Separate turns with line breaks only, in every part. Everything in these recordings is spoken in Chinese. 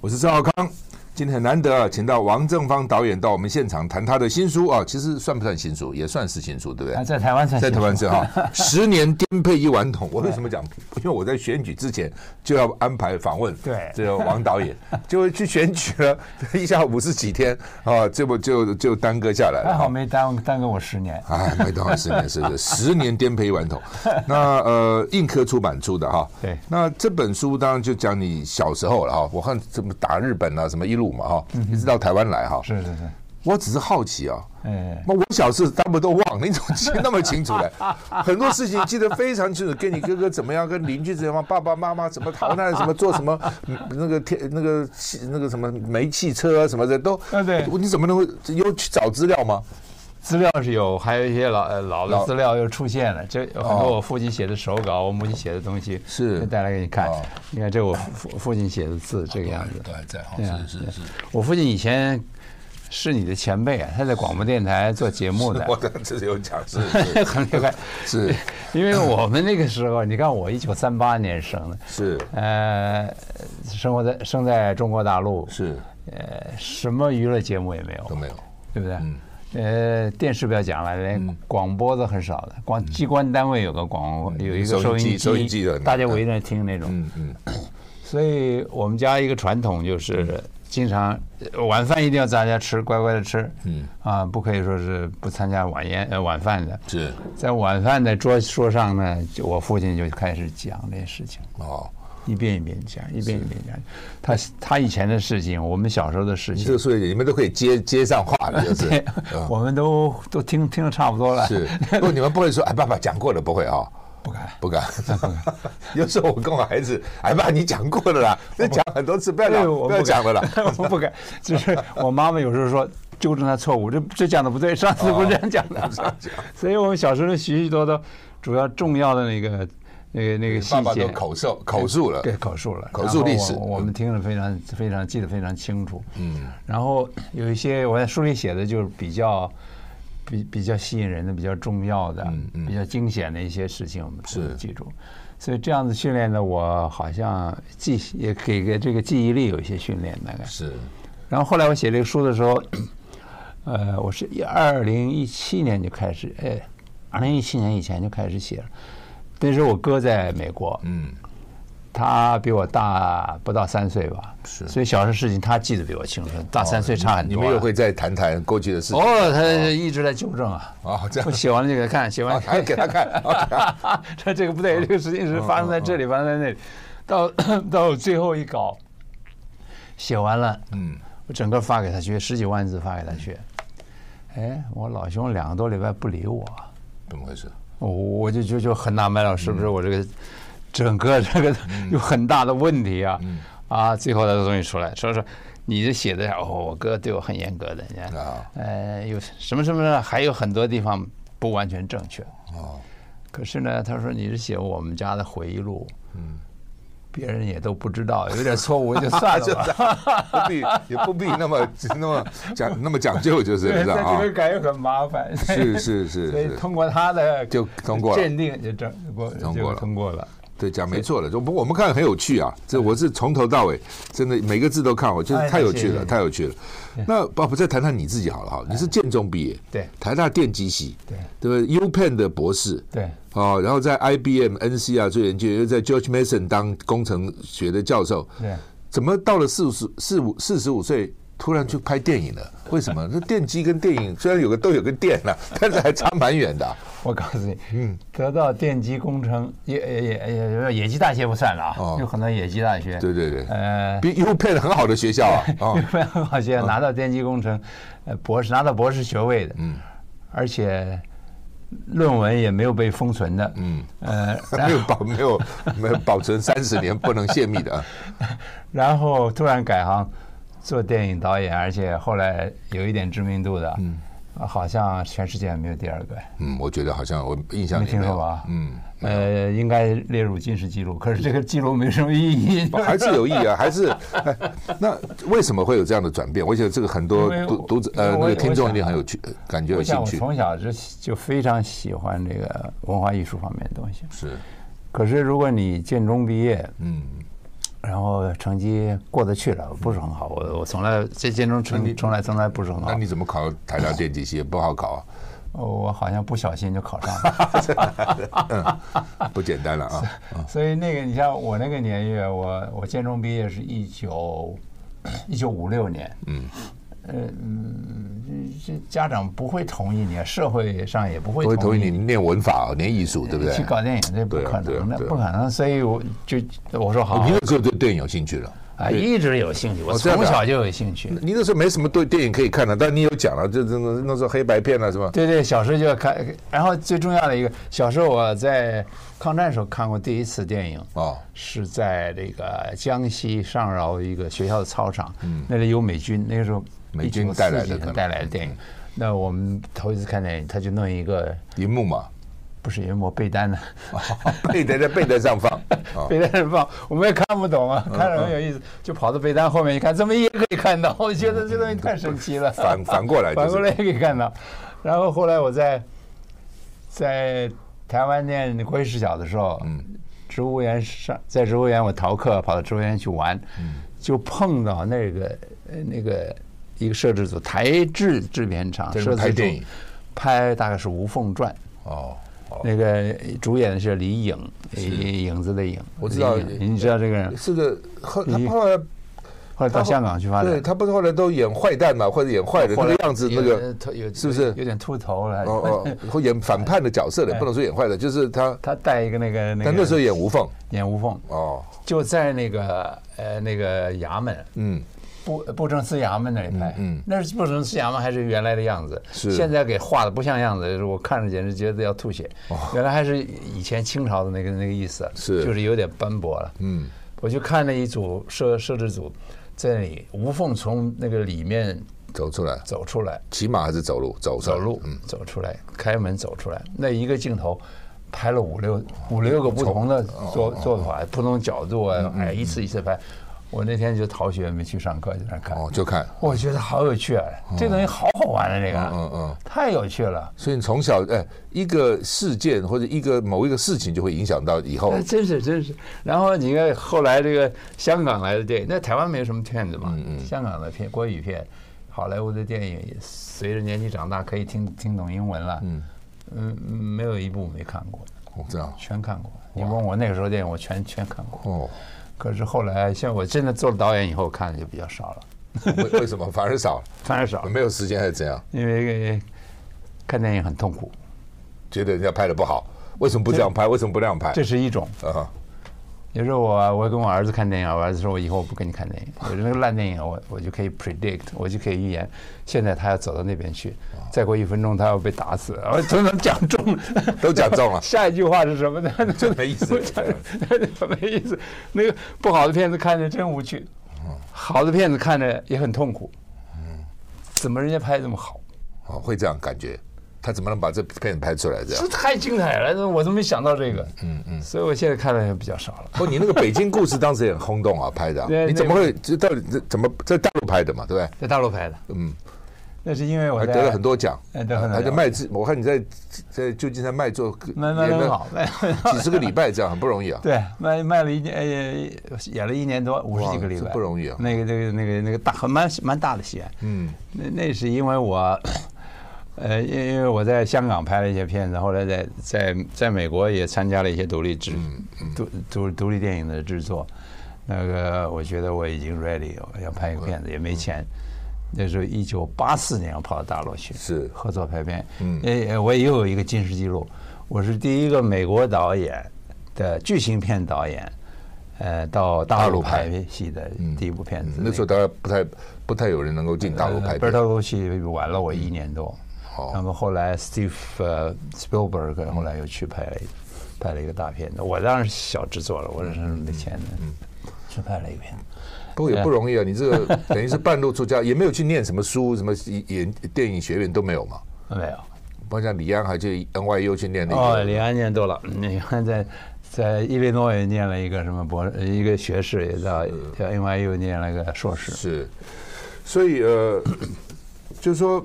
我是赵少康。今天很难得啊，请到王正芳导演到我们现场谈他的新书啊，其实算不算新书？也算是新书，对不
啊，
对？
在台湾才
在
行
台湾是哈，十年颠沛一顽童。我为什么讲？因为我在选举之前就要安排访问，
对
这个王导演就去选举了，一下五十几天啊，这不就就耽搁下来了
还
啊。
好没耽误耽搁我十年。
哎，麦当劳十年是是十年颠 沛顽童。那呃，映科出版出的哈，
对
那这本书当然就讲你小时候了哈，我看怎么打日本啊，什么一路嘛哈，一直到台湾来哈。
嗯是是是，
我只是好奇啊，
哎，
那我小事大部分都忘了，你怎么记得那么清楚 嘞？很多事情记得非常清楚，跟你哥哥怎么样，跟邻居怎么样，爸爸妈妈怎么逃难，什么做什么，嗯那个天那个汽那个什么煤汽车啊什么的都，
啊对
你怎么能够有去找资料吗？
资料是有，还有一些老呃老的
老哦
资料又出现了。这有很多我父亲写的手稿，我母亲写的东西，
是
带来给你看
哦。
你看这我父父父亲写的字这个样子。
都还在哈
对啊
是是。，
我父亲以前是你的前辈啊，他在广播电台做节目的
我刚这是有讲是是
很厉害。
是
因为我们那个时候，你看我一九三八年生的，
是
呃，生活在生在中国大陆，
是
呃，什么娱乐节目也没有
都，没有
对不对？
嗯
呃，电视不要讲了，连广播都很少的。广机关单位有个广有一个
嗯收
收
音机
音
收音机的嗯
大家围着听那种。嗯嗯。所以我们家一个传统
嗯
就是，经常呃晚饭一定要大家吃，乖乖的吃。嗯。啊，不可以说是不参加晚宴呃晚饭的。
是
在晚饭的桌桌上呢，就我父亲就开始讲这些事情。
哦，
一遍一遍讲，一遍一遍讲，他他以前的事情，我们小时候的事
你
情
这，个数学你们都可以接接上话了， 就是
对
嗯
我们都都听听的差不多了。
是，不过你们不会说哎，爸爸讲过了，不会啊。
不敢
不敢，有时候我跟我孩子，哎爸，你讲过了啦，那讲很多次，不要
对
讲，
哎我
不要
敢
讲了啦。，
我不敢。就是我妈妈有时候说纠正他错误，这这讲的不对，上
哦
次不是这样讲 的。所以我们小时候许许多多主要重要的那个那个那个细
爸爸
节
都，口授口述了，
对口述了，
口述历史
然后我我们听得非常非常记得非常清楚。嗯，然后有一些我在书里写的就是比较。比比较吸引人的、比较重要的、比较惊险的一些事情，我们都
嗯是
记住。所以这样子训练呢，我好像记也给给这个记忆力有一些训练，大概。
是
然后后来我写这个书的时候，呃，我是一二零一七年就开始，哎，二零一七年以前就开始写了。那时候我哥在美国，
嗯，
他比我大不到三岁吧，
是哦
所以小时候事情他记得比我清楚，大三岁差很
你
多、啊哦
们又会再谈谈过去的事情
偶尔他一直在纠正啊，
哦这样
我写完了就给他看，写完
啊，还给他看， 啊
这这个不对，这个事情是发生在这里，发生在那里，
哦
到 到最后一稿写完了，
嗯，
我整个发给他去，十几万字发给他去，哎，我老兄两个多礼拜不理我，
怎么回事？
我我就就就很纳闷了，是
嗯
不是我这个整个这个有很大的问题啊？
嗯
啊，最后他终于出来，说说你这写的，哦，我哥对我很严格的，你看，
啊
呃，有什么什么呢，还有很多地方不完全正确。
哦，
可是呢，他说你是写我们家的回忆录，嗯，别人也都不知道，有点错误 就算了吧。
不必也不必那么那么讲那么讲究，就是你知道
在 这
啊
边，改又很麻烦，
是是是
所以
是，
通过他的
就通过了
鉴定就正过
通过了
就通过了。
对，讲没错了。就不我们看很有趣啊，这我是从头到尾真的每个字都看，我就是
哎
太有趣
谢
了，
谢
太有趣了。那爸爸再谈谈你自己好了哈，你是建中毕业，
对
台大电机系，
对
对不对？U Penn 的博士，
对
哦，然后在 IBM、NC 啊做研究，又在 George Mason 当工程学的教授，
对，
怎么到了四十四五四十五岁？突然去拍电影了，为什么？那电机跟电影虽然有个都有个电了、 但是还差蛮远的啊、
我告诉你，嗯，得到电机工程也也也也野鸡大学不算了
哦
啊，有很多野鸡大学。
对对对，
呃，
比 U Penn 很好的学校啊，哦
日本很好学，拿到电机工程，呃，博士拿到博士学位的，嗯，而且论文也没有被封存的，嗯，呃，
没有保没有没有保存三十年不能泄密的啊，
然后突然改行做电影导演，而且后来有一点知名度的，嗯，好像全世界没有第二个，
嗯，我觉得好像我印象
没
里
听
没
说
有，
吧？嗯，呃，应该列入金氏记录，可是这个记录没什么意义。
还是有意 义啊，还是、哎那为什么会有这样的转变？我觉得这个很多
因为
读
我
读者呃
因为
那
我
个
也
听众
我
一定很有趣，呃感觉有
我想
兴
我
趣
从小就就非常喜欢这个文化艺术方面的东西，
是
可是如果你建中毕业，
嗯
然后成绩过得去了，不是很好。我我从来这建中成绩从来从来不是很好
那。你怎么考台大电机系？不好考啊。
我好像不小心就考上了，
不简单了啊！
所以那个你像我那个年月，我我建中毕业是一九一九五六年，嗯，呃嗯，这这家长不会同意你，社会上也不会
不会同意
你
你念文法，哦念艺术，对不对
去？搞电影，这不
对啊
可
对啊
能的，
对啊
不可能。所以我就我说好
你，那时候对电影有兴趣了？
啊，一直有兴趣，我
哦这样
从
的啊
小就有兴趣。
你那时候没什么对电影可以看的，但你有讲了，这这那那时候黑白片啊了是吧？
对对，小时候就要看，然后最重要的一个，小时候我在抗战时候看过第一次电影，
哦
是在那个江西上饶一个学校的操场，那里有美军，那个时候
嗯美军带来的嗯
1940年
可能
带来的电影。那我们头一次看电影，他就弄一个
荧幕嘛，
不是因为我被单的，
背在在背在上方。 哦
被单上放，我们也看不懂啊，
嗯
看着很有意思，就跑到被单后面一看，怎么也可以看到？我觉
嗯
得这东西太神奇了。
反反过来就是
反过来也可以看到。然后后来我在在台湾念国语实小的时候，
嗯
植物园上在植物园我逃课跑到植物园去玩，
嗯
就碰到那个呃那个一个摄制组台制制片厂
在那
摄
拍
制组
电影
拍大概是《无缝传》。
哦，哦
那个主演是李颖，影子的影，
我知道
李颖你知道这个人，
是个后他
你
后来
后来到香港去发展，
对他不是后来都演坏蛋嘛，或者演坏的
后
那
来
个样子，那
有
个
有
是不是
有点秃头了？
哦哦，会演哎反叛的角色的，不能说演坏的，就是他。
他戴一个那个那个，
但那时候演无缝
演无缝，
哦，
就在那个呃那个衙门，
嗯，
布布政司衙门那里拍，
嗯嗯
那是布政司衙门还是原来的样子，
是
现在给画的不像样子，我看着简直觉得要吐血，原来还是以前清朝的那个那个意思，
哦是
就是有点斑驳了，嗯，我就看了一组摄摄制组在那里无缝从那个里面
走出来，
走出来，
骑马还是走路？走出来
走路，走出来，开门走出来，那一个镜头拍了五六五六个不同的
哦
做做法，不同角度啊，哎，一次一次拍。我那天就逃学没去上课，就在那看。
嗯哦，就看，
我觉得好有趣啊，这东西好好玩啊，这个，
嗯嗯。
太有趣了。
所以你从小哎，一个事件或者一个某一个事情就会影响到以后
哎， 真是真是。然后你看后来这个香港来的电影，那台湾没有什么片子嘛，香港的片国语片，好莱坞的电影也随着年纪长大可以听听懂英文了，嗯嗯，没有一部没看过的。
哦这样
全看过。你问我那个时候电影，我全全看过。
哦。
可是后来，像我真的做了导演以后，看的就比较少了，
为 为什么反而少？
反而少了，
没有时间还是怎样？
因为看电影很痛苦，
觉得人家拍的不好，为什么不这样拍？为什么不那样拍？
这是一种。
啊，
有时候我我跟我儿子看电影，我儿子说我以后不跟你看电影，我说那个烂电影我我就可以 predict，我就可以预言，现在他要走到那边去，再过一分钟他要被打死，我总能讲 中了。，
都讲中了
下一句话是什 么呢？
这没意思
我讲这没意思。那个不好的片子看着真无趣，好的片子看着也很痛苦。怎么人家拍这么好？
哦，会这样感觉。他怎么能把这片子拍出来？这样
这，太精彩了，我都没想到这个。嗯嗯。所以我现在看的也比较少了。
不，你那个北京故事当时也很轰动啊，拍的啊。
对
你怎么会？这到底这怎么在大陆拍的嘛？对不对？
在大陆拍的。嗯。那是因为我
还
在
得了很多奖，
哎得很多
还在
奖
卖字。我看你在在旧金山卖座，
卖卖
连
得很
着
好，卖
几十个礼拜这样很不容易啊。
对卖卖了一年，呃，演了一年多，五十几个礼
哇
拜，
这不容易啊
那个那个那个那个大很蛮蛮大的戏，嗯，那那是因为我，呃，因因为我在香港拍了一些片子，后来在在在美国也参加了一些独立制、独独独立电影的制作，那个我觉得我已经 ready，我要拍一个片子，也没钱。那时候一九八四年，我跑到大陆去，
是
合作拍片。嗯，哎，我也有一个金氏纪录，我是第一个美国导演的巨型片导演，呃，到大陆
大
拍戏的第一部片子。
嗯那时候大家不太不太有人能够进大陆拍
贝
片。
塔罗戏晚呃了我一年多。
哦
那么后来 Steve 呃 Spielberg 后来又去拍了一拍了一个大片子，我当然是小制作了，我这是
嗯
没钱的，去拍了一个片子。
不过也不容易啊，你这个 等于是半路出家，也没有去念什么书，什么演电影学院都没有嘛。
没有，
包括像李安还去 NYU 去念那
哦，
个，
李安念多了，李安在在伊利诺也念了一个什么博，一个学士，也到叫 NYU 念了个硕士。
是，所以呃，就是说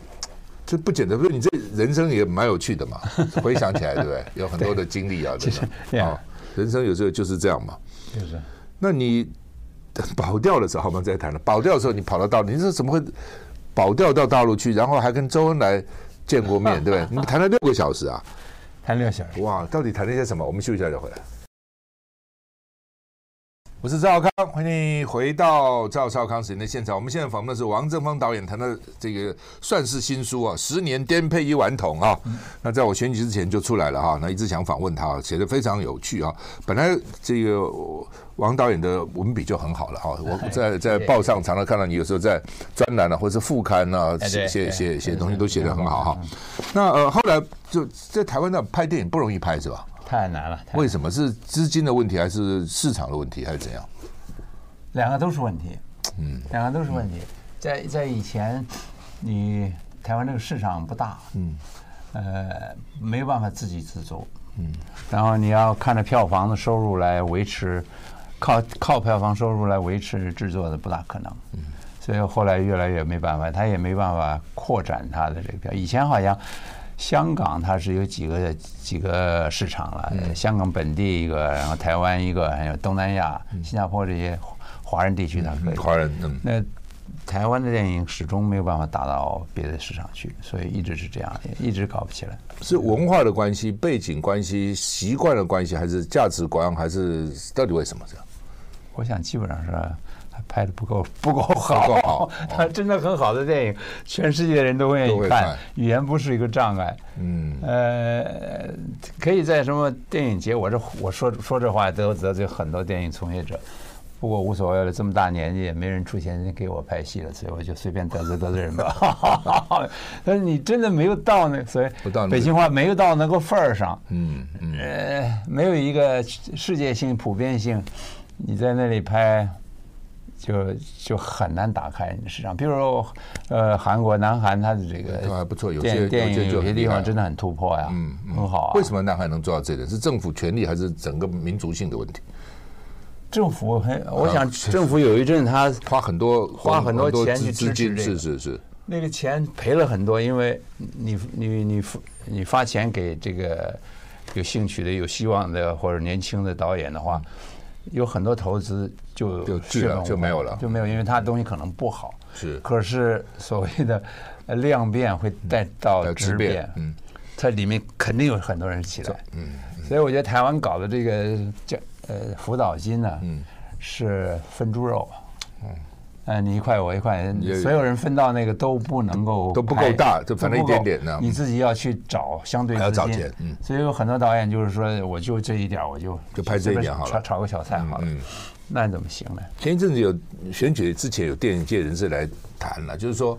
这不简单，不是你这人生也蛮有趣的嘛，回想起来对不对？有很 多的经历啊，真
对
的
呀
啊，人生有时候就是这样嘛。
就是
那你保钓的时候，我们再谈了。保钓的时候，你跑到大陆，你说怎么会保钓到大陆去？然后还跟周恩来见过面，对不对？你们谈了六个小时啊！
谈六小时。
哇，到底谈了些什么？我们休息一下再回来。我是赵少康，欢迎你回到赵少康时间的现场。我们现在访问的是王正芳导演谈的这个算是新书啊，《十年颠沛一顽童》啊。那在我选举之前就出来了哈、那一直想访问他，写的非常有趣啊。本来这个王导演的文笔就很好了哈、 我在在报上常常看到你有时候在专栏啊，或者是副刊啊，
哎
写
对
写
对嗯
写写东西都写得很好哈、那呃后来就在台湾那拍电影不容易拍是吧？
太难了，太
为什么是资金的问题，还是市场的问题，还是怎样？
两个都是问题，嗯，两个都是问题。在在以前，你台湾这个市场不大，嗯，呃，没有办法自给自足，嗯，然后你要看着票房的收入来维持，靠靠票房收入来维持制作的不大可能，嗯。所以后来越来越没办法，他也没办法扩展他的这个票。以前好像香港它是有几个几个市场了，香港本地一个，然后台湾一个，还有东南亚、新加坡这些华华人地区它可以。
华人，嗯，
那台湾的电影始终没有办法打到别的市场去，所以一直是这样，也一直搞不起来。
是文化的关系、背景关系、习惯的关系，还是价值观，还是到底为什么这样？
我想基本上是还拍的不够不够好，
不够好哦
它真的很好的电影，全世界的人都愿
都会
意
看
看，语言不是一个障碍。
嗯，
呃，可以在什么电影节，我这我说说这话都得罪很多电影从业者。不过无所谓了，这么大年纪也没人出钱给我拍戏了，所以我就随便得罪得罪人吧。 但是你真的没有到那，所以
不到那个
北京话没有到那个份儿上。
嗯嗯，
呃，没有一个世界性、普遍性，你在那里拍，就就很难打开你的市场。比如说，呃，韩国、南韩，它的这个
都还不错有
电
些
电
有些
影
就
有些
很
地
厉害
方真的很突破呀，
嗯嗯
很好啊。
为什么南海能做到这点？是政府权力，还是整个民族性的问题？
政府很，我
啊
想
确实
政府有一阵他
花很多
花很多钱
资
去
资
支持
金，
这
是
个
是是，
那个钱赔了很多，因为你你你付你发钱给这个有兴趣的、有希望的或者年轻的导演的话，有很多投资就
嗯就去了
血本无
就没有了
就没有，因为他的东西可能不好。
是
可是所谓的呃量变会带到
呃质
质
变
变，
嗯，
它里面肯定有很多人起来，嗯，所以我觉得台湾搞的这个叫呃辅导金呢，嗯，是分猪肉。嗯，你一块我一块
哦也，
所有人分到那个都不能够
都不
开
够大就
都
反正
不
一点
够
点呢
你自己要去找相对
还要
资
找
金
钱嗯
所以有很多导演就是说，我就这一点儿我就
就拍这一点好了嗯
随便炒炒个小菜好了，那怎么行呢？
前一阵子有选举之前有电影界人士来谈了，就是说，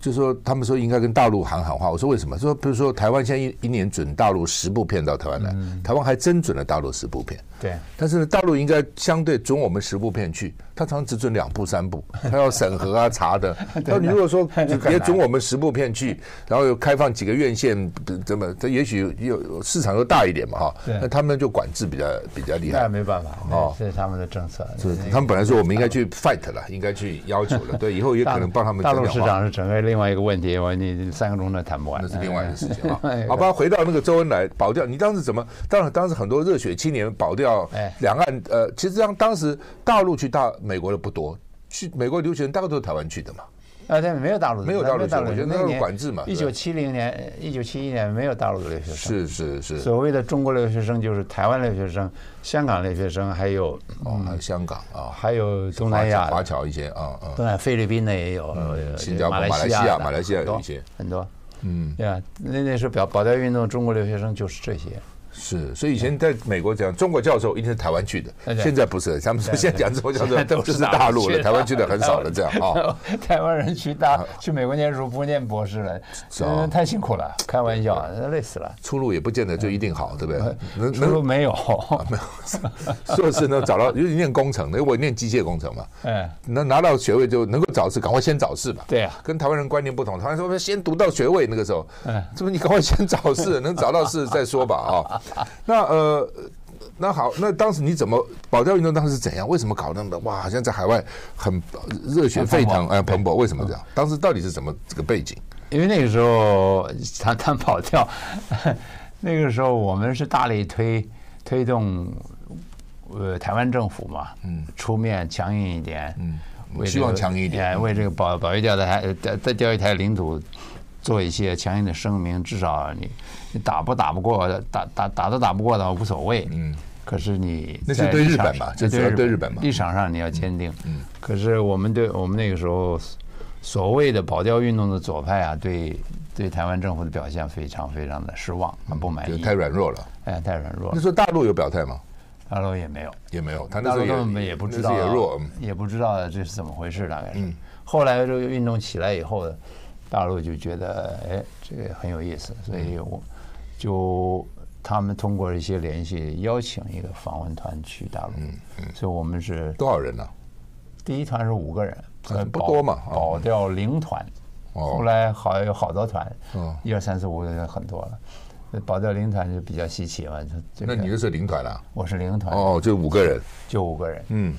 就是说他们说应该跟大陆喊喊话。我说为什么？说比如说台湾现在一一年准大陆十部片到台湾来，台湾还真准了大陆十部片。
对，
但是呢，大陆应该相对准我们十部片去，他常常只准两部三 部，他要审核啊查的。那你如果说
那很
也
难
准我们十部片去，然后又开放几个院线，怎么？这也许又市场又大一点嘛哈。
对
那他们就管制比较比较厉害
那。没办法，
哦
那是他们的政策。
是他们本来说我们应该去 fight 了，应该去要求了，对，以后也可能帮他们
大
讲
陆
讲
市
话。
场是整个另外一个问题，我你你三个钟头谈不完。
那是另外的事情啊
哎，
好吧，回到那个周恩来保钓，你当时怎么？当然，当时很多热血青年保钓
哎，
两岸呃，其实当当时大陆去大美国的不多，去美国留学人大概都是台湾去的嘛。
啊，对，没有大陆的，
没有大陆
大
学我
陆
觉得
那
那个
年
管制嘛对
一九七零年、一九七一年没有大陆的留学生。
是是是，
所谓的中国留学生就是台湾留学生、香港留学生，还有
哦，还有香港啊，
还有东
华
南亚
侨
的、
华侨一些啊啊，
东南亚菲律宾的也有，有
新加坡
马来
马来西亚
亚的、
马来西亚有
很多
一些
很多。嗯，对啊，那那时候保保钓运动，中国留学生就是这些。
是，所以以前在美国讲中国教授一定是台湾去的，
哎对
现在不是，他们说现在讲中国教
现在
授
都
就是是大陆
去
了，
的
台湾去的很少了，这样 啊。
啊台湾人去大去美国念书不念博士了，
是啊
嗯，太辛苦了，开玩笑，啊累死了。
出路也不见得就一定好，对不对？
嗯
能
出路
能
没有，
啊没 有硕士能找到，因为你念工程的，我念机械工程嘛，
哎，
能拿到学位就能够找事，赶快先找事吧。
对啊
跟台湾人观念不同，台湾说先读到学位，那个时候，
嗯
这不你赶快先找 事，能找到事再说吧啊、那呃。那好，那当时你怎么保钓运动当时是怎样？为什么搞那么哇？好像在海外很热血沸腾，哎，蓬
嗯
勃，为什么这样？当时到底是怎么这个背景？
因为那个时候谈谈跑 跳，那个时候我们是大力推推动呃台湾政府嘛，嗯，出面强硬一点，嗯，为
希望强硬一点
哎为这个保保育钓台呃钓钓钓鱼台领土做一些强硬的声明，至少你你打不打不过，打打打都打不过倒无所谓，嗯。可是你
那是
在
对
立
日
场
本嘛
上
这主要对日本嘛
立场上你要坚定。嗯，可是我们对我们那个时候所谓的保钓运动的左派啊，对对台湾政府的表现非常非常的失望，不满
就
意，
太软弱了。
哎，太软弱
那
了。
时候大陆有表态吗？
大陆也没有，
也没有，他那
大
时
陆根
候
本也不知道，啊
那时候也弱。嗯
也不知道这是怎么回事，大概是。后来这个运动起来以后，大陆就觉得，哎，这个很有意思，所以我就他们通过一些联系，邀请一个访问团去大陆，
嗯
所以我们是
多少人啊呢？
第一团是五个人，
嗯不
保
多嘛啊
保钓零团，
哦
后来好有好多团
哦，
一二三四五六很多了。那保钓零团就比较稀奇嘛，就这
那
个
你就是零团啊了。
我是零团，
哦，就五个人。
就五个人，
嗯，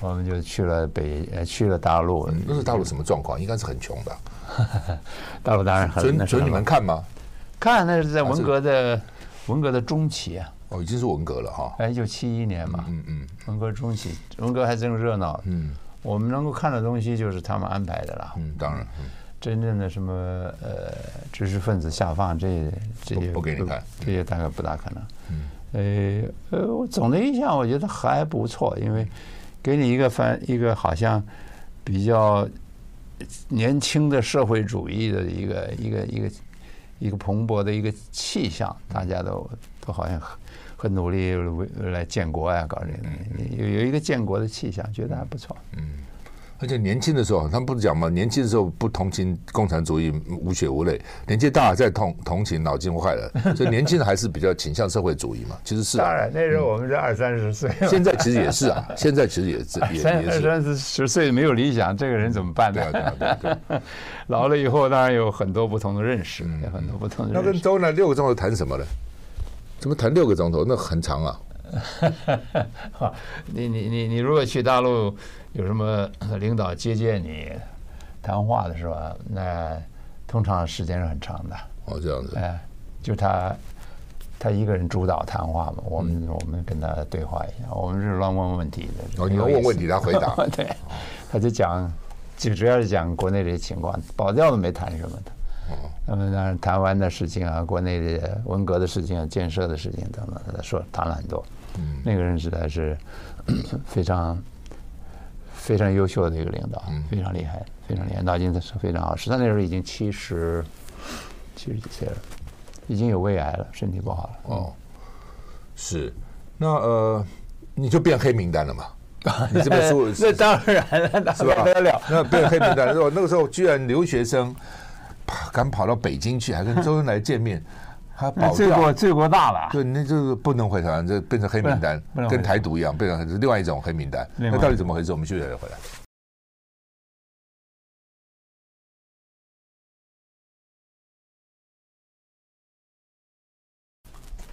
我们就去了北，呃，去了大陆，
嗯那时候大陆什么状况？应该是很穷吧？
大陆当然很
准
那是
准
很
你们啊看吗？
看，那是在文
是
革的文革的中期啊，
哦，已经是文革了哈。
哎，一九七一年嘛，
嗯嗯
文革中期，文革还真热闹。
嗯
我们能够看的东西就是他们安排的啦，
嗯，当然嗯
真正的什么呃知识分子下放这这些
不不给你看
这些大概不大可能。嗯，呃呃，我总的印象我觉得还不错，因为给你一个反一个好像比较年轻的社会主义的一个一个一个一个蓬勃的一个气象，
嗯
大家都都好像很很努力为来建国啊呀、搞这
嗯
个，有有一个建国的气象，觉得还不错。
而且年轻的时候，他们不是讲吗？年轻的时候不同情共产主义无血无泪，年纪大了再同同情脑筋坏了，所以年轻人还是比较倾向社会主义嘛。其实是啊、
当然，那时候我们是二三十岁嘛。
现在其实也是 啊，现在其实也是也
三
也
二
是。
三四十岁没有理想，这个人怎么办
对啊对
呢？
啊对啊对啊，
老了以后当然有很多不同的认识，有很多不同的
嗯那
认
跟
识。
周南六个钟头谈什么呢？怎么谈六个钟头？那很长啊。
哈你你你你如果去大陆有什么呃领导接见你谈话的是吧？那通常时间是很长的，
哦，这样子。
哎，就他他一个人主导谈话嘛，我
嗯
们我们跟他对话一下，我们是乱问问题的。
哦，你要
很有
问
意思
问题，他回 答。
对，他就讲，就主要是讲国内的情况，保钓都没谈什么的。那么当然，台湾的事情啊，国内的文革的事情啊，建设的事情等等，他说谈了很多。
嗯
那个人实在是 非常非常优秀的一个领导，非常厉害，非常厉害，脑筋是非常好使。他那时候已经七十七十几岁了，已经有胃癌了，身体不好了。
哦，是。那呃，你就变黑名单 了嘛？你这本书
那当然了，那
是吧
不得了。？
那变黑名单的时候，那个时候居然留学生啪敢跑到北京去，还跟周恩来见面，还 保
罪
钓
过。罪过大了，
对，那就是不能回台湾，这变成黑名单
啊不能，回
跟
台
台独一样，变成另外一种黑名单。
另外
那到底怎么回事？我们休息了回来。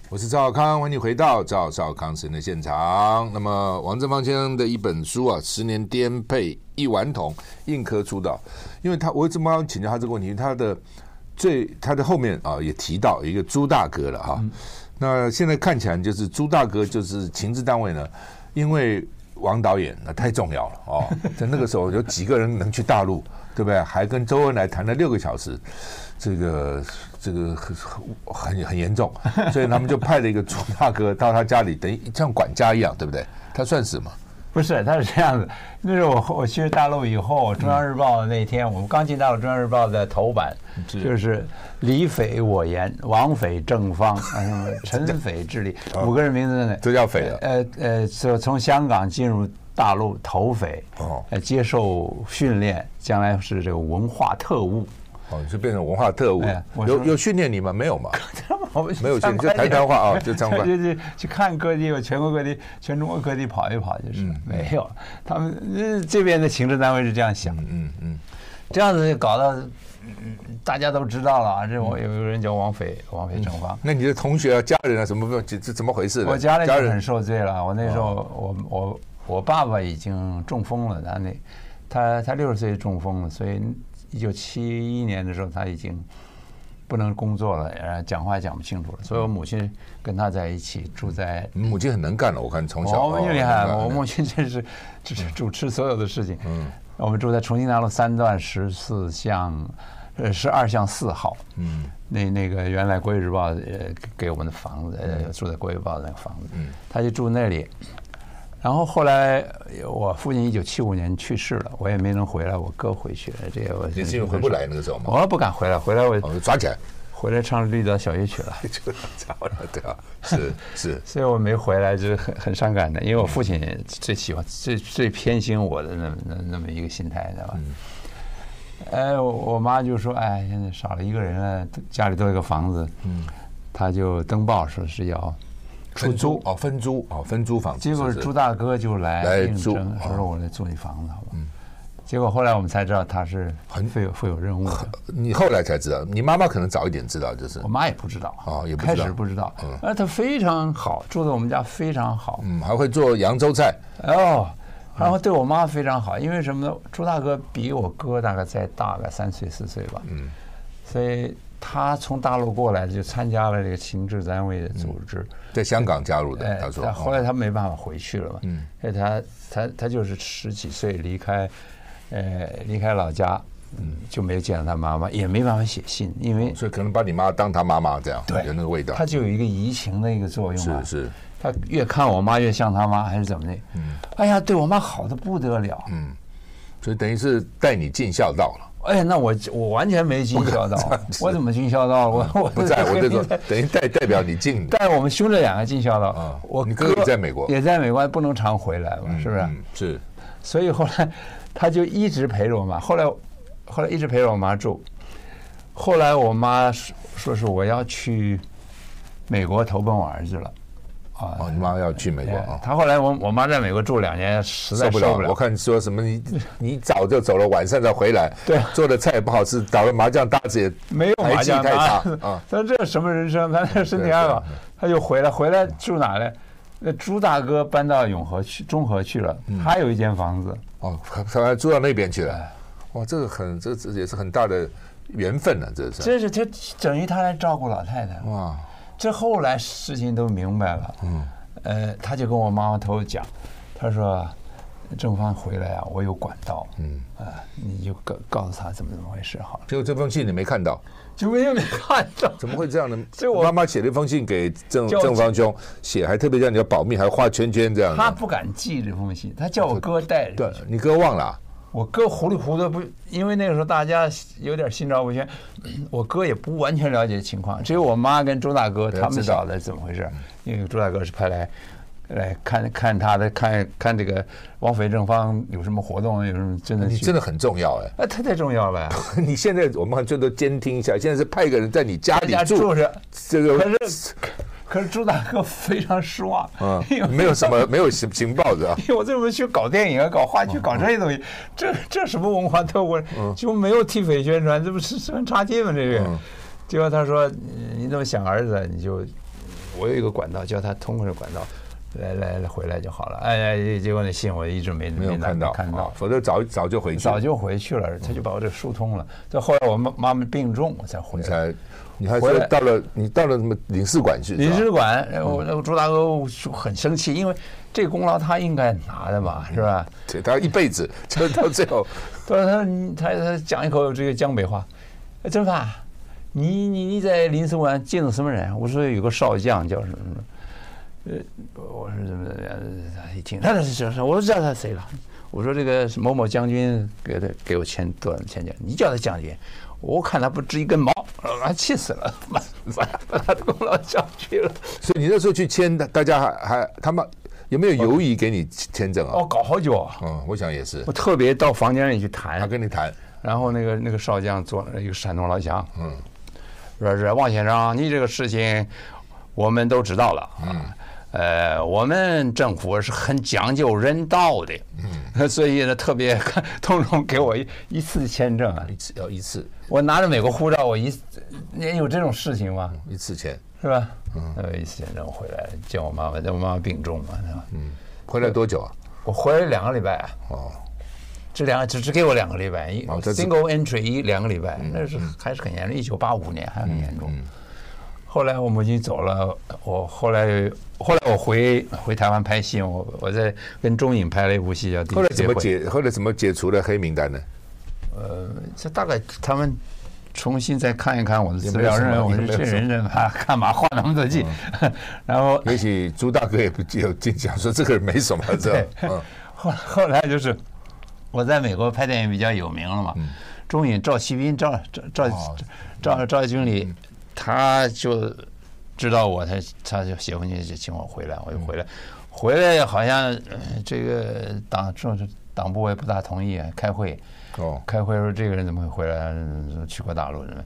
我是赵少康，欢迎你回到赵少康神的现场。那么，王正芳先生的一本书啊，《十年颠沛一顽童》，硬科出道。因为他，我为什么要请教他这个问题？他的最，他的后面啊也提到一个朱大哥了哈、
嗯
那现在看起来就是朱大哥就是情治单位呢，因为王导演那太重要了哦， 在那个时候有几个人能去大陆，对不对？还跟周恩来谈了六个小时，这个这个很很很 严重，所以他们就派了一个朱大哥到他家里，等于像管家一样，对不对？他算什么？
不是，他是这样子。那是我我去大陆以后，《中央日报》那天，我们刚进大陆，《中央日报》的头版
是
就是李匪我言，王匪正方， 啊什么陈匪智利，五个人名字在那。
这啊叫啊匪了
呃呃，说从香港进入大陆投匪，
哦
呃，接受训练，将来是这个文化特务。
哦，就变成文化特务
哎，我
有
说
有训练你吗？没有 嘛？
我们
没有
参
去就
观
谈
一下
谈话啊就 参观
就就去看各地，全国各地、全中国各地跑一跑，就是、
嗯
没有。他们呃这边的行政单位是这样想，
嗯嗯，
这样子就搞到、嗯大家都知道了啊。这我有个人叫王斐，
嗯
王斐正方。
那你的同学啊、家人啊，怎么这这怎么回事呢？
我家里就
家
很
人嗯
受罪了。我那时候，我我我爸爸已经中风了，他那他他六十岁中风了，所以一九七一年的时候他已经
不能工作了，呃，讲话也讲不清
嗯
楚了。所以我母亲跟他在一起住在
你母亲很能干了，我看从小。
我母亲厉害，
哦
我母亲真是
嗯
主主持所有的事情。嗯，我们住在重庆南路三段十四巷，呃，十二巷四号。嗯，那那个原来《国语日报》呃给我们的房子，
嗯
呃，住在《国语日报》的那个房子，嗯，他就住那里。然后后来我父亲一九七五年去世了，我也没能回来，我哥回去了，这个我
你是因为回不来那个时候吗？
我不敢回来，回来我
哦，抓起来，
回来唱《绿岛小夜曲》了。
就抓了，对啊，是是，
所以我没回来，就是很很伤感的，因为我父亲最喜欢、最最偏心我的那么那那么一个心态，知道吧？
嗯
哎，我我妈就说：“哎，现在少了一个人了，都家里多了个房子。”嗯，她就登报说是要 出
分
租。
哦，分租哦，分租房子。
结果
是是
朱大哥就来
来
应
租
征，
啊
说说我来租你房子，好吧？结果后来我们才知道他是
很
富有富有任务的，
你后来才知道，你妈妈可能早一点知道，就是
我妈也不知道啊
哦也不知道
开始不知道，而他非常好，住在我们家非常好，
嗯，还会做扬州菜，
哦，然后对我妈非常好，因为什么呢？朱大哥比我哥大概再大个三岁四岁吧，嗯，所以他从大陆过来就参加了这个情治单位的组织，
在香港加入的。
哎，
他说，
但后来
哦
他没办法回去了嘛，嗯，所以他他他就是十几岁离开，呃，离开老家，嗯，就没有见到他妈妈，也没办法写信，因为
所以可能把你妈当她妈妈这样，
对
有那个味道
他。就有一个移情的一个作用啊
是，是，
他越看我妈越像他妈，还是怎么的？嗯，哎呀，对我妈好的不得了，嗯。
所以等于是带你尽孝道 了。
哎，那我我完全没尽孝道，我怎么尽孝道？我我
不 在我这种
个，
等于代代表你尽
但是我们兄弟两个尽孝道
啊。
我
你哥也在美国
也在美国，不能常回来嘛， 是不啊
嗯
是？
是
所以后来他就一直陪着我妈，后来后来一直陪着我妈住。后来我妈说说是我要去美国投奔我儿子了，啊，
哦，你妈要去美国
哎
啊，
他后来我我妈在美国住两年，实在
受
受
不了。我看说什么你你早就走了，晚上再回来，
对
做的菜也不好吃，打了麻将搭子也
没有麻
牌技
将打
太差啊，
他说这什么人生？咱这身体还好，他就回来，回来住哪嘞？那朱大哥搬到永和去中和去了，他有一间房子，
哦，他他还住到那边去了，哇，这个很这这也是很大的缘分呢，这是
这是他等于他来照顾老太太。
哇，
这后来事情都明白了，嗯，呃，他就跟我妈妈头讲，他说正芳回来啊，我有管道，嗯，啊，你就告告诉他怎么怎么回事好了，
结果这封信你没看到，
就没有没看到。
怎么会这样呢？
这我
妈妈写了一封信给郑
就
郑方兄，写还特别让你要保密，还画圈圈这样
他
的。
不敢寄这封信，他叫我哥带着
对
去。，
你哥忘了啊，
我哥糊里糊涂不，因为那个时候大家有点心照不宣，我哥也不完全了解情况，只有我妈跟周大哥
对
他们
知道
晓得怎么回事，因为周大哥是派来来看看他的，看看这个王斐正方有什么活动，有什么真的
你
去
真的很重要哎。
啊，太太重要了呀，
你现在我们还最多监听一下，现在是派一个人在你家
大
里
家
住
住，着。
这个
可是可是周大哥非常失望， 因为
嗯，没有什么没有情情报的啊，
因为 我这不去搞电影啊，搞话剧，搞这些东
嗯
西，这这什么文化特务，就没有替匪宣传，这不是是很差劲吗？这
嗯
个，结果他说嗯你你怎么想儿子，你就我有一个管道，叫他通过这管道来来来回来就好了。哎哎，结果那信我一直没
没有
拿
看到，
看
啊
到。
否则早早就回去，
早就回去了，他就把我这疏通了。这后来我妈妈妈病重，我才回
你
来。
才，你还
回
说
来
到了你到了什么领事馆去，
领
是吧
事馆，呃我那个朱大哥就很生气，因为这功劳他应该拿的嘛，是吧？
对他一辈子， 就到最 后，
他说他你他他讲一口这个江北话，哎，真发，你你你在临汾湾见到什么人？我说有个少将叫什么什么，呃，我说怎么怎么样？他一听，他他是是，我说知道他谁了。我说这个某某将军给他给我钱多少钱钱？你叫他将军，我看他不值一根毛，啊，气死了，把把把他的功劳叫去了。
所以你那时候去签，的，大家还还他们有没有犹疑给你签证
哦，
啊？
搞好久啊，
嗯，我想也是
我，特别到房间里去
他
谈，
跟你谈，
然后那个那个少将坐一个山东老乡，嗯，说是王先生，你这个事情我们都知道了，嗯，呃，我们政府是很讲究人道的，嗯， 所以呢，特别通融给我一一次签证啊，
一次要一次
我拿着美国护照，我一你有这种事情吗？
一次签，
是吧？嗯，我一次签证回来见我妈妈，但我妈妈病重嘛，是吧？
回来多久啊？
我回来两个礼拜啊，
哦，
这两个只只给我两个礼拜，一
哦这是嗯
single entry 一两个礼拜，那是还是很严重，一九八五年还很严重。后来我母亲走了，我后来后来我回回台湾拍戏，我我在跟中影拍了一部戏叫《
后来怎么
结婚
解？后来怎么解除了黑名单呢？
呃，这大概他们重新再看一看我的资
也没有
料，
什么
认为我
也
是
没有
这
什么嗯
人 这嘛干嘛画那么多记， 然后
也许朱大哥也不 有进讲说这个人没什么，这样嗯
后后来 就是我在美国拍电影比较有名了嘛，中影赵锡斌赵赵赵赵赵经理，他就知道我，他他就写回去就请我回来，我就回来，回来好像呃这个党政党部也不大同意开会，
哦，
开会说这个人怎么会回来？去过大陆人？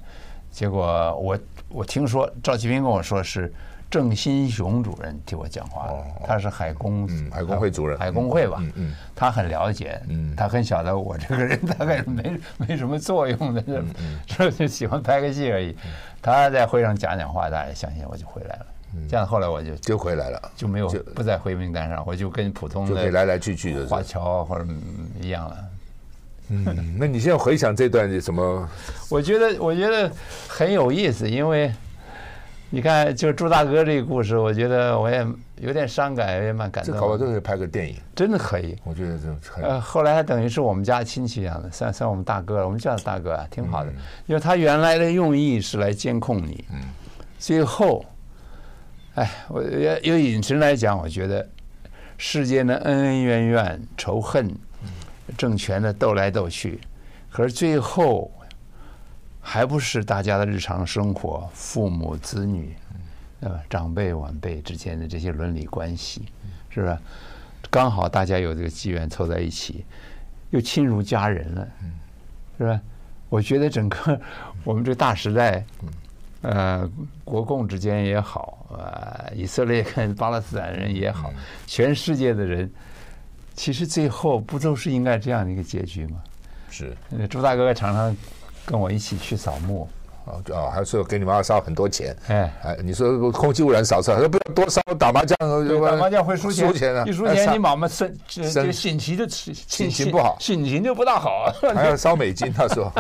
结果我我听说赵启斌跟我说是郑新雄主任替我讲话的，他是海工、
哦嗯海工会主任
海工会吧，
嗯嗯
他很了解，他很晓得我这个人大概没 没什么作用的，这
嗯
这就喜欢拍个戏而已。他在会上讲讲话，大家也相信我就回来了。这样后来我就
就回来了，
就没有
嗯就
不在回名单上，我就跟普通
就可以
的
来来去去的。
华侨或者嗯一样了。
嗯，那你现在回想这段有什么？
我觉得我觉得很有意思，因为你看，就朱大哥这个故事，我觉得我也有点伤感，也蛮感
这搞不好都
动的。
可以拍个电影，
真的可以。
我觉得这很
呃，后来还等于是我们家亲戚一样的，算算我们大哥了，我们叫他大哥啊，挺好的。因为他原来的用意是来监控你，最后，哎，我要用引申来讲，我觉得世间的恩恩怨怨、仇恨、政权的斗来斗去，可是最后还不是大家的日常生活，父母子女，对吧？长辈晚辈之间的这些伦理关系，是不是？刚好大家有这个机缘凑在一起，又亲如家人了，是吧？我觉得整
嗯
个我们这个大时代，呃，国共之间也好，呃，以色列跟巴勒斯坦人也
嗯
好，全世界的人，其实最后不都是应该这样的一个结局吗？
是
呃朱大哥常常跟我一起去扫墓，
哦哦，还说给你妈烧很多钱，
哎，
哎，你说空气污染少烧，他说不要多烧，打麻将啊
对打麻将会输
输
钱，
钱啊，
一输
哎
钱
上
你妈妈身这
身
这心情就心
情不好
心情就不大好，啊
还要烧美金，他 说，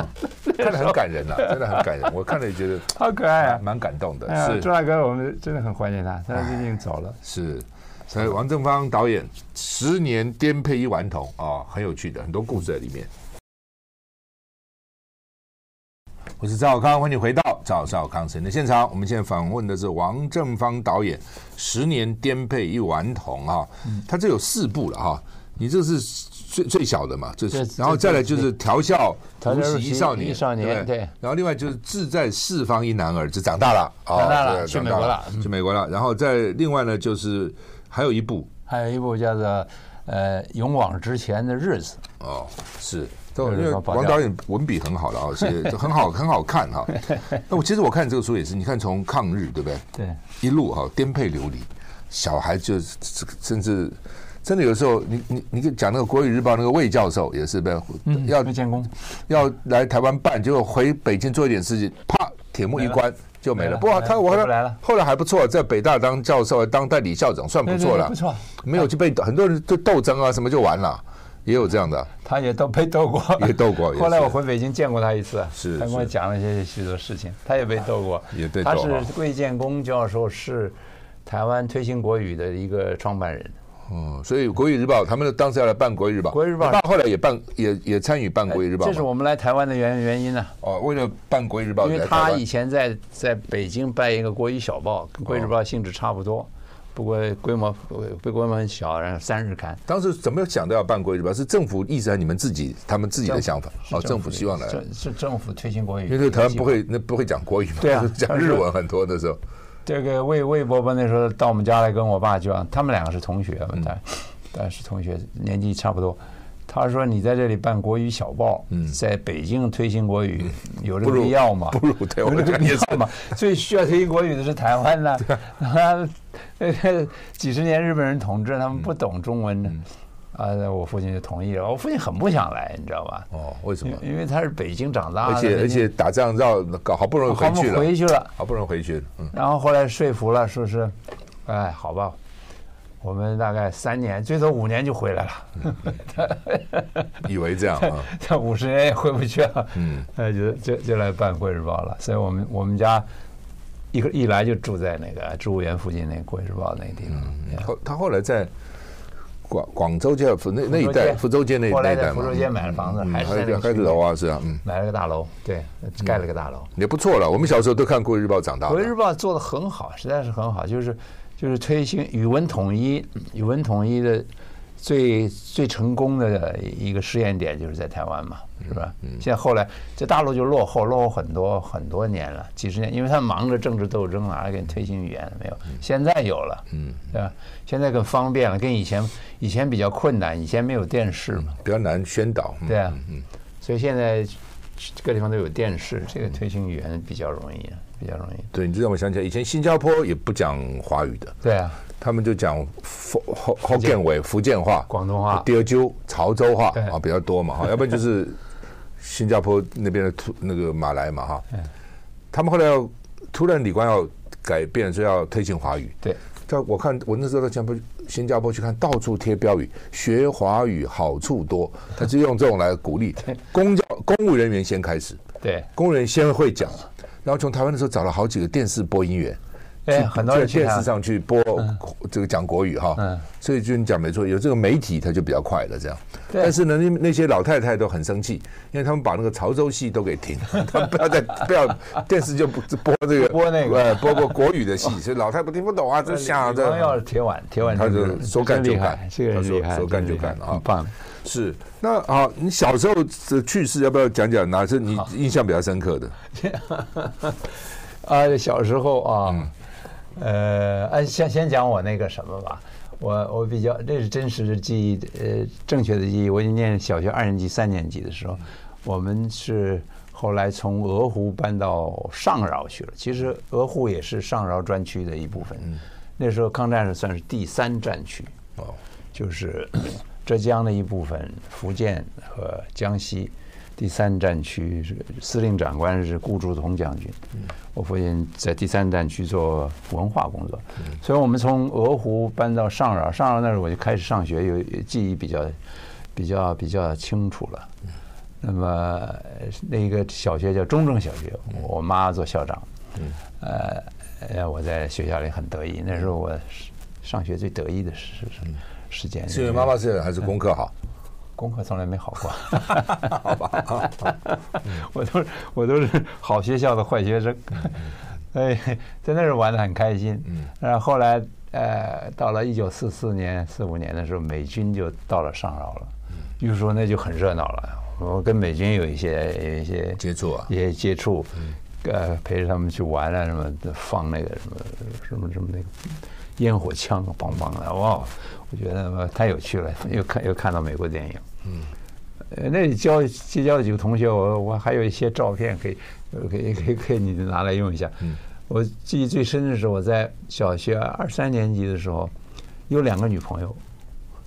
看得很感人呐、真的很感人，我看了也觉得
好可爱啊
蛮！蛮感动的
哎，呀，朱
是
大哥，我们真的很怀念他，他最近走了。
是。所以王正芳导演《十年颠沛一顽童》啊，很有趣的，很多故事在里面。我是赵少康，欢迎回到赵少康神的现场。我们现在访问的是王正芳导演《十年颠沛一顽童》啊，他这有四部了哈、啊你这是最最小的嘛，这
这
是，然后再来就是调校
调
如
教
喜一少年，
一少年
不
对
然后另外就是志在四方一男儿，就长大了，哦
长大了
对
去
长
美
大
国
了
了，嗯
去美国了。然后再另外呢，就是还有一部
还有一部叫做《呃勇往直前的日子
哦，是。但我
就是
因为
说保
王
钓
导演文笔很好了啊， 写得很好，很好看哈。那我其实我看这个书也是，你看从抗日对不对？》。
对，
一路哈、颠沛流离，小孩就是甚至真的有时候，你你你讲那个《国语日报》那个魏教授也是呗，要
魏建功
要来台湾办，结果回北京做一点事情，啪，铁幕一关就没
没
了。
了
不过
没
他
了
我后
回不来
来
了
后来还不错，在北大当教授，当代理校长算不
对对
错了，
不错，
没有就被很多人就斗争啊什么就完了，也有这样的，
他 也都被斗过，
也斗过也是
后来我回北京见过他一次，啊
是
他跟我
是
讲了一些许多事情，他也被斗过，
也被
他
斗
是
啊
魏建功教授，是台湾推行国语的一个创办人。
嗯，所以《国语日报》他们当时要来办《国语日报》，
国语日报哎
爸后来也办也也参与办《国语日报
这》是
嘛，
我们来台湾的原原因呢、啊
哦，为了办《国语日报》
因为
来台
他
湾
以前在在北京办一个国语小报，跟《国语日
哦
报》性质差不多，不过规模呃规规模很小，然后三日刊。
当时怎么想到要办《国语日报》？是政府意思还是你们自己他们自己的想法？哦，政府希望来，
政是政府推行国语，
因为台湾不会那不会讲国语嘛，
对啊
讲日文很多的时候。
这个魏魏伯伯那时候到我们家来跟我爸就讲，他们两个是同学
嗯
嘛，但但是同学年纪差不多。他说：“你在这里办国语小报，在北京推行国语，有
嗯
这
不
个
如
必要吗？
不 如对我
有这
觉
个
得
必
也是
要吗？最需要推行国语的是台湾呢。 啊，呃几十年日本人统治，他们不懂中文
嗯
呢。啊，那我父亲就同意了。我父亲很不想来，你知道吧？
哦，为什
因
么
为？因为他是北京长大的，
而且而且打仗绕搞好不容易
他
回去
们回
了，
去了。”
好不容易回去了，嗯，
然后后来说服了，说是，哎，好吧，我们大概三年，最多五年就回来
了。以为这样啊，
这五十年也回不去了。 嗯，那就就就来办《桂日报》了。所以我们我们家一个一来就住在那个哎植物园附近那《桂日报》那地方。
后他后来在广广州街那那一带，福州街那一带嗯
后来在福州街买了房子，还是
还是楼啊，是啊，嗯，
买了个大楼，对，盖了个大楼，
也不错了。我们小时候都看《桂日报》长大，《
桂日报》做的很好，实在是很好，就是。就是推行语文统一，语文统一的最最成功的一个试验点就是在台湾嘛，是吧？现在后来在大陆就落后，落后很多很多年了，几十年，因为他忙着政治斗争，哪来给你推行语言没有？现在有了，嗯，对吧？现在更方便了，跟以前以前比较困难，以前没有电视嘛，
比较难宣导，嗯
对啊，所以现在各地方都有电视，这个推行语言比较容易、啊。比较容易。
对，你这让我想起来，以前新加坡也不讲华语的。
对啊，
他们就讲福福福建话、福建话、
广东话、
滇州、潮州话啊比较多嘛哈，要不然就是新加坡那边的突那个马来嘛哈。他们后来要突然李光耀改变，说要推行华语。
对，
但我看我那时候到新加坡新加坡去看，到处贴标语“学华语好处多”，他就用这种来鼓励公教公务人员先开始，
对，
公务人员先会讲。然后从台湾的时候找了好几个电视播音员，
哎，很多人
电视上去播这个讲国语哈，嗯，所以就你讲没错，有这个媒体它就比较快了这样。但是呢，那那些老太太都很生气，因为他们把那个潮州戏都给停， 他们不要再不要电视就不播这个呃
播那个
播播国语的戏，所以老太太听不懂啊，就想着
要铁碗铁碗，
他就说干就干，
这个厉害，
说干就干
啊，棒。
是，那啊，你小时候的趣事要不要讲讲？哪是你印象比较深刻的？
啊，小时候啊，嗯、呃，先先讲我那个什么吧，我我比较这是真实的记忆，呃，正确的记忆。我已经念小学二年级、三年级的时候，我们是后来从鹅湖搬到上饶去了。其实鹅湖也是上饶专区的一部分。嗯、那时候抗战是算是第三战区，哦，就是。 浙江的一部分，福建和江西，第三战区司令长官是顾祝同将军。我父亲在第三战区做文化工作，所以我们从鹅湖搬到上饶，上饶那时候我就开始上学，有记忆比较比较比较清楚了。那么呃那个小学叫中正小学，我妈做校长，呃，我在学校里很得意，那时候我上学最得意的是。时间
是因为妈妈 是还是功课好？
功课从来没好过，
好吧？
我都我都是好学校的坏学生， 哎，在那儿玩的很开心。嗯，然后后来呃，到了一九四四年、四五年的时候，美军就到了上饶了，于是说那就很热闹了。我跟美军有一些有一些
接触啊，
也接触，呃，陪着他们去玩啊，什么放那个什么什么什么那个烟火枪，梆梆的，哇！我觉得太有趣了， 又看又看到美国电影。嗯，呃，那里教结交的几个同学，我我还有一些照片可以，可以可以可以你拿来用一下。嗯，我记忆最深的是我在小学二三年级的时候，有两个女朋友。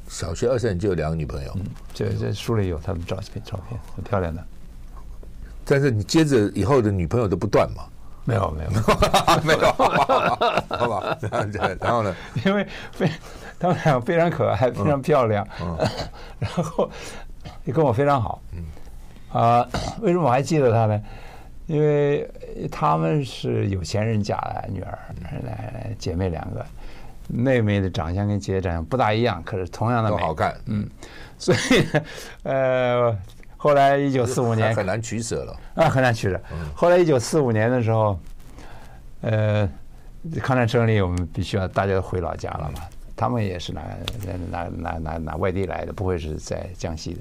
小学二三年级有两个女朋友，嗯，
这这书里有他们照片，照片很漂亮的。
但是你接着以后的女朋友都不断嘛。
没有啊没有
没 有，好吧，然后呢？
因为非他们俩非常可爱，非常漂亮，嗯嗯、 然后也跟我非常好。啊、呃，为什么我还记得他呢？因为他们是有钱人家的女儿，姐妹两个，妹妹的长相跟姐姐长相不大一样，可是同样的美，
好看，
嗯，所以呃。后来一九四五 年
很难取舍了
啊，很难取舍。
嗯
后来一九四五年的时候，呃，抗战胜利，我们必须要大家回老家了嘛。他们也是哪哪哪哪哪外地来的，不会是在江西的。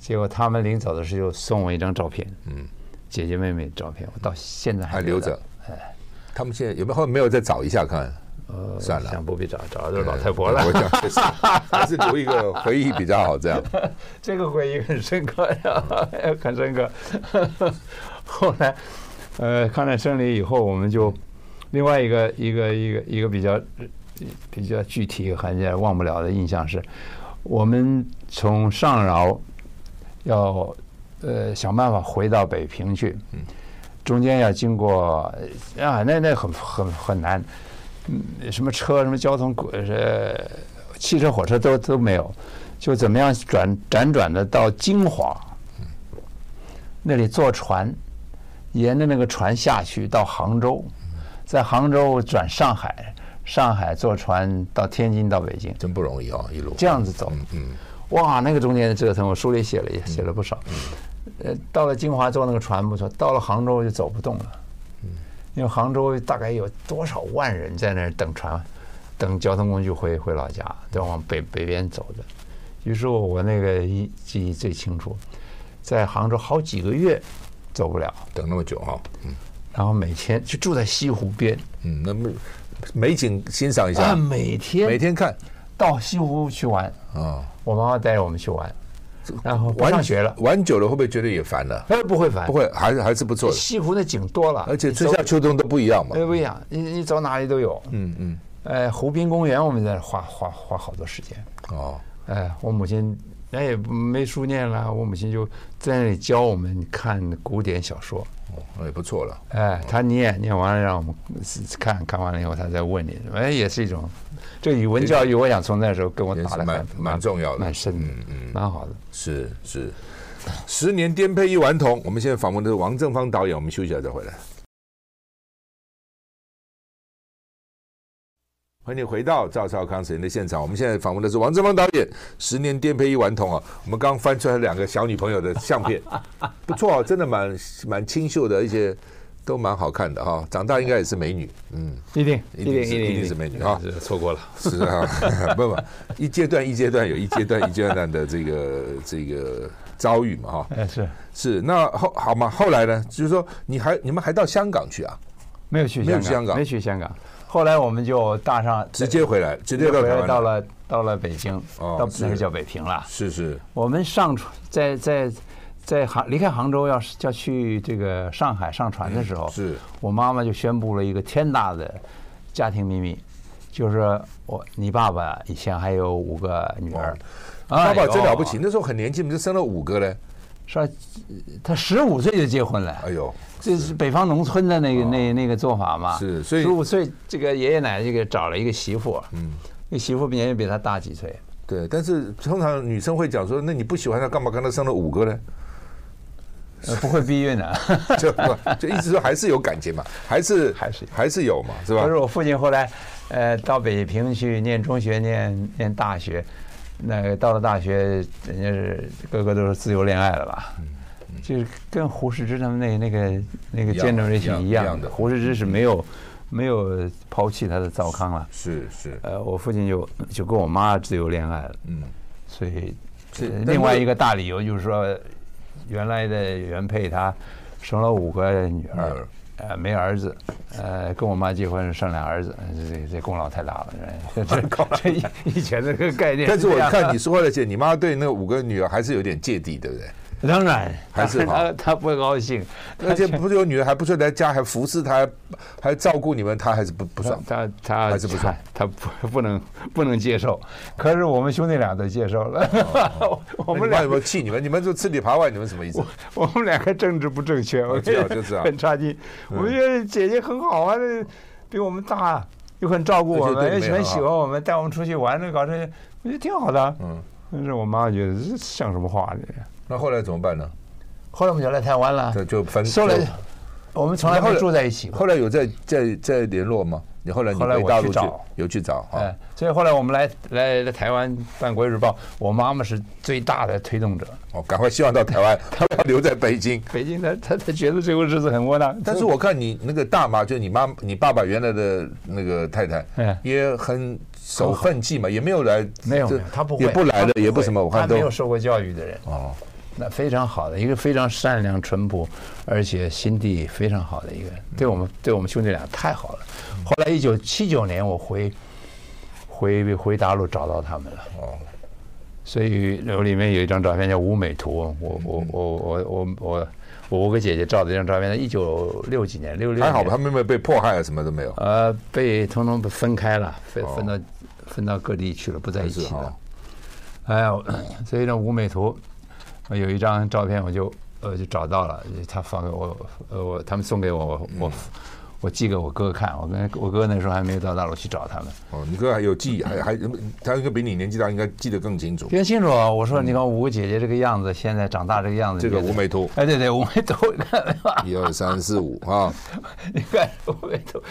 结果他们临走的时候送我一张照片，嗯，姐姐妹妹照片，我到现在
还留着。哎，他们现在有没有没有再找一下看？呃，算了，嗯
不必找，找都是老太婆了。
我讲 还是留一个回忆比较好，这样。
这个回忆很深刻呀， 很深刻。后来，呃，抗战胜利以后，我们就另外一个一个一个一个比较比较具体、很忘不了的印象是，我们从上饶要呃想办法回到北平去，中间要经过啊，那那很很很难。嗯什么车、什么交通呃汽车、火车都都没有，就怎么样转辗转的到金华，那里坐船，沿着那个船下去到杭州，在杭州转上海，上海坐船到天津到北京，
真不容易啊，一路
这样子走。
嗯
哇，那个中间的折腾，我书里写了写了不少。
嗯
呃，到了金华坐那个船不错，到了杭州就走不动了。
嗯
因为杭州大概有多少万人在那儿等船，等交通工具回回老家，都要往北北边走的。于是我那个一记忆最清楚，在杭州好几个月走不了，
等那么久啊，嗯
然后每天就住在西湖边，
嗯，那么美景欣赏一
啊，
下，
每天
每天看
到西湖去玩，
啊，
我妈妈带着我们去玩，然后不
玩
上学了，
玩久了会不会觉得也烦了？
哎，不会烦，
不会，还是还是不错的，
西湖的景多了，
而且
你
春
走
夏秋冬都不一样嘛。
哎不一样，你你走哪里都有。
嗯嗯，
呃，湖滨公园我们在那儿花花花好多时间。
哦，
哎，我母亲那也没书念了，我母亲就在那里教我们看古典小说。
哦那也不错了。
哎，她念念完了让我们看看完了以后，她再问你，哎，也是一种这语文教育。我想从那时候跟我
也
打
是
的
蛮蛮重要的嗯
蛮深的，蛮好的。
是是，十年颠沛一顽童。我们现在访问的是王正芳导演，我们休息一下再回来。欢迎你回到赵少康时间的现场。我们现在访问的是王正芳导演，《十年颠沛一顽童》啊。我们刚翻出来两个小女朋友的相 片，不错、啊，真的蛮蛮清秀的，而且都蛮好看的哈、长大应该也是美女，嗯，
一定
一定是一定是美女啊。
是错过了。
是啊， 不不，一阶段一阶段有一阶段一阶段的这个这个遭遇嘛哈。
哎，是
是，那后好嘛？后来呢？就是说，你还你们还到香港去啊？
没有去
没有
香
去
港，
香港
没去香港。后来我们就搭上
直接回来，直接到台
回来
湾
到
来。
了到了北京，
哦
到
是
那时候叫北平了。
是是，
我们上船在在在杭离开杭州要是要去这个上海上船的时候，
是
我妈妈就宣布了一个天大的家庭秘密，就是我你爸爸以前还有五个女儿，
哦爸
哎
爸
呦
真了不起，，那时候很年轻，就生了五个嘞。
说他十五岁就结婚了。
哎呦，
这是北方农村的那个、那那个做法嘛。
啊是所以
十五岁这个爷爷奶奶就给找了一个媳妇，嗯，那媳妇年龄比他大几岁，
对，但是通常女生会讲说，那你不喜欢他干嘛？跟他生了五个嘞，
呃不会避孕的、
就就意思说还是有感情嘛，还是
还是有
还是有嘛，是吧
可是？我父亲后来，呃，到北平去念中学、念念大学，那个到了大学，人家是个个都是自由恋爱了吧？
嗯
就是跟胡适之他们那那个那个
一样
见证人
一样
群
一
一样
样的嗯
胡适之是没有没有抛弃他的糟糠了。
是是，
呃，我父亲就就跟我妈自由恋爱了，
嗯，
所以
是
呃
但
另外
是
一个大理由就是说，原来的原配她生了五个女
女
儿
儿，
呃，没儿子，呃，跟我妈结婚生俩儿子，这这这功劳太大 了，这这这以 以前这个概 念
但是
这
我
样的。
看你说了，姐，你妈对那五个女儿还是有点芥蒂，对不 对？
当然
还是好
她她不高兴，
而且不是有女儿还不是来家还服侍她，还照顾你们，她还是不不
她
爽。
她她
还是不错
她她啊不不能不能接受，可是我们兄弟俩都接受了，
那
我们
你妈
俩
有没有气你们？你们就吃里扒外，你们什么意思？
我们两个政治不正确，我
知道就是啊
很差劲。我们觉得姐姐很好啊，这比我们大，又很照顾我
而且对
们，
你们
又
也
很
很好
喜欢我们，带我们出去玩，搞这，我觉得挺好的。
嗯，
但是我妈觉得这像什么话呢？
那后来怎么办呢？
后来我们就来台湾了
这，就分
说了
就，
我们从来
后
没
来
住在一起过。
后来有在在在联络吗？你后来你
后来
回
我
大
去
陆去
找
有去找哈
哎，所以后来我们来来来台湾办《国语日报》，我妈妈是最大的推动者。
哦，赶快希望到台 湾，不要留在北京。
北京她她她觉得这个日子很窝囊，
但是我看你那个大妈，就你妈、你爸爸原来的那个太太
哎，
也很守份纪嘛，也没有来，
没有
这
没有，她不会，
也不来
她
了，也不
会
什么，我看
她没有
都
受过教育的人。
哦，
那非常好的一个非常善良淳朴，而且心地非常好的一个人，对我们对我们兄弟俩太好了。后来一九七九年我回回回大陆找到他们了，
哦，
所以我里面有一张照片叫吴美图，
嗯
我我我我我我我五个姐姐照的一张照片，在一九六几年六六
还好吧，他们没有被迫害啊，什么都没有。
呃，被通通被分开了，分
哦
分到分到各地去了，不在一起
还是哦
了
哈。
哎 呀，我所以呢，吴美图，我有一张
嗯
照片，我就呃就找到了，他发给我，呃我他们送给我，我我我寄给我哥看，我跟我哥那时候还没有到大陆去找他们，
哦，你哥还有记忆，还还他应该比你年纪大，应该记得更清楚。
听清楚啊！我说你看吴姐姐这个样子，现在长大这个样子，
嗯这个
你
吴
觉得
美图，
哎，对对，我没 头，你看没吧？
一二三四 五啊，
你看我没头，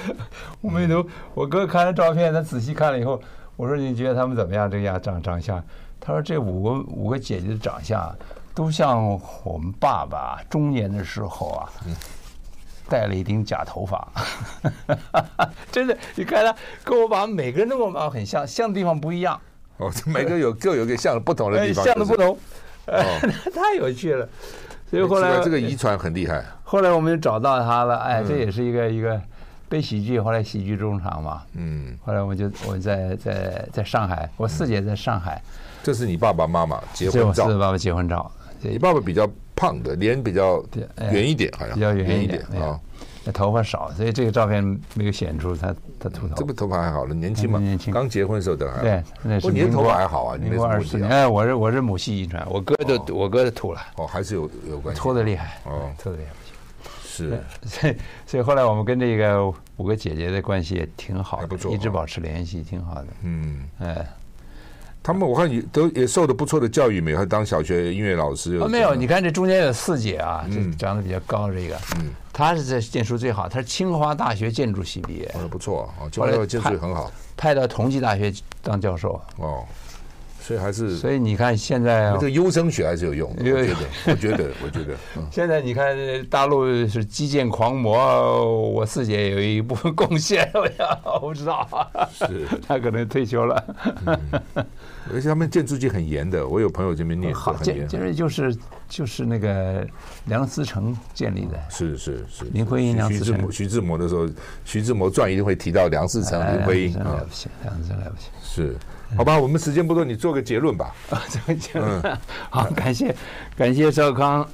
我没头。我哥看了照片，他仔细看了以后，我说你觉得他们怎么样？这个样长长相？他说这五个五个姐姐的长相啊都像我们爸爸中年的时候啊，
嗯
戴了一顶假头发， 真的，你看他跟我爸每个人都跟我爸很像，像的地方不一样，
哦，这每个有各有一个像不同的
哎，
地方，
像的
就是
不同，
哦
太有趣了。所以
哎
后
奇
来
怪这个遗传很厉害，
后来我们就找到他了，
嗯
哎，这也是一个一个悲喜剧，后来喜剧中场嘛。
嗯，
后来我就我在在在上海，我四姐在上海，
这是你爸爸妈妈嗯结
这
婚
我四
照，
个爸爸结婚照，
你
这
爸爸比较胖的，脸比较
对哎
圆一点，好像
比较圆
一
一点哎
啊。
那头发少，所以这个照片没有显出他他秃
这
头
不。头发还好了，年轻嘛
嗯年，轻
刚结婚的时候的还好
对，那
哦
是
你的
民
头
国
发还好啊，你没什
民国
么
二
问
十
题
年，
啊。
哎，我是我是母系遗传，我哥就我哥就秃了，
哦，还是有有关系，
秃的厉害，
哦
秃的厉害。
是
所以所以后来我们跟这个五个姐姐的关系也挺好
还
的，
不错
一直
啊
保持联系，挺好的。
嗯。
哎，
他们我看也都也受的不错的教育没有？他当小学音乐老师
哦，没有，你看这中间有四姐啊，这
嗯
长得比较高这个，
嗯
她是在建筑最好，她是清华大学建筑系毕业，
哦不错啊，哦
后
教
来
育建筑
派
也很好
派到同济大学当教授，
哦，所以还是
所以你看现在
这个优生学还是有用的，
有
我觉得，我觉得，我 觉得，嗯
现在你看呃大陆是基建狂魔，我四姐有一部分贡献，我想我不知道，
是，
她可能退休了，
而且他们建筑系很严的，我有朋友这边念过，
好，
很
这
严，
这就是就是那个梁思成建立的，
是是是。
林徽因、梁
徐
思
志
成
摩，。徐志摩的时候，徐志摩传一定会提到梁思成、
哎
林徽因
梁思成
啊
了，不起，梁思成哎了不起。
是，好吧，我们时间不多，你做个结论吧。
啊，这么讲，
嗯
好，感谢感谢赵康，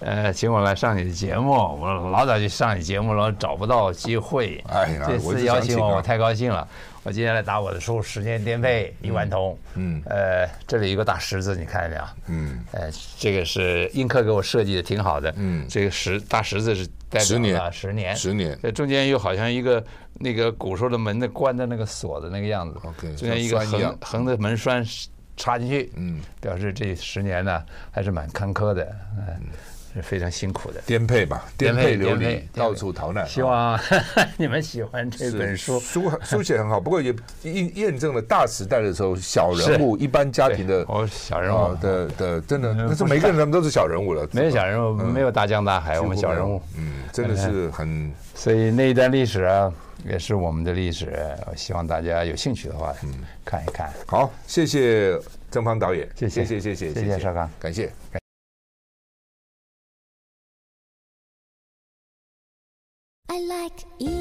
呃，请我来上你的节目，我老早就上你节目了，找不到机会。
哎呀
这
我
次
是
邀
想
请
请
我，
啊
我太高兴了。我今天来打我的书，十年电费一万桶。
嗯
呃，这里有个大十字，你看见没有？
嗯，
呃，这个是英科给我设计的，挺好的。
嗯
这个十大十字是代表
十年
了十年，
十年
这中间又好像一个那个古时候的门的关的那个锁的那个样子。
OK，
中间一个
像栓一样
横横的门栓插进去，
嗯，
表示这十年呢还是蛮坎坷的，嗯，是非常辛苦的。
颠沛吧，颠
颠沛
沛流
颠沛
离
颠，
到
沛
处逃难啊。
希望 你们喜欢这本书。
书很书写很好，不过也验验证了大时代的时候，小人物一般家庭的
我小人
哦
物，
的的，真的，那是
嗯不是
每个人他们都是小人物了，
没有小人物，没有大江大海，
嗯几
我
乎
们小人
没
物
有。嗯，真的是很
所以那一段历史啊，也是我们的历史。我希望大家有兴趣的话，
嗯
看一看。
好。谢谢郑芳导演，
谢谢
谢谢谢
谢谢邵康，
感谢。
I like Eli.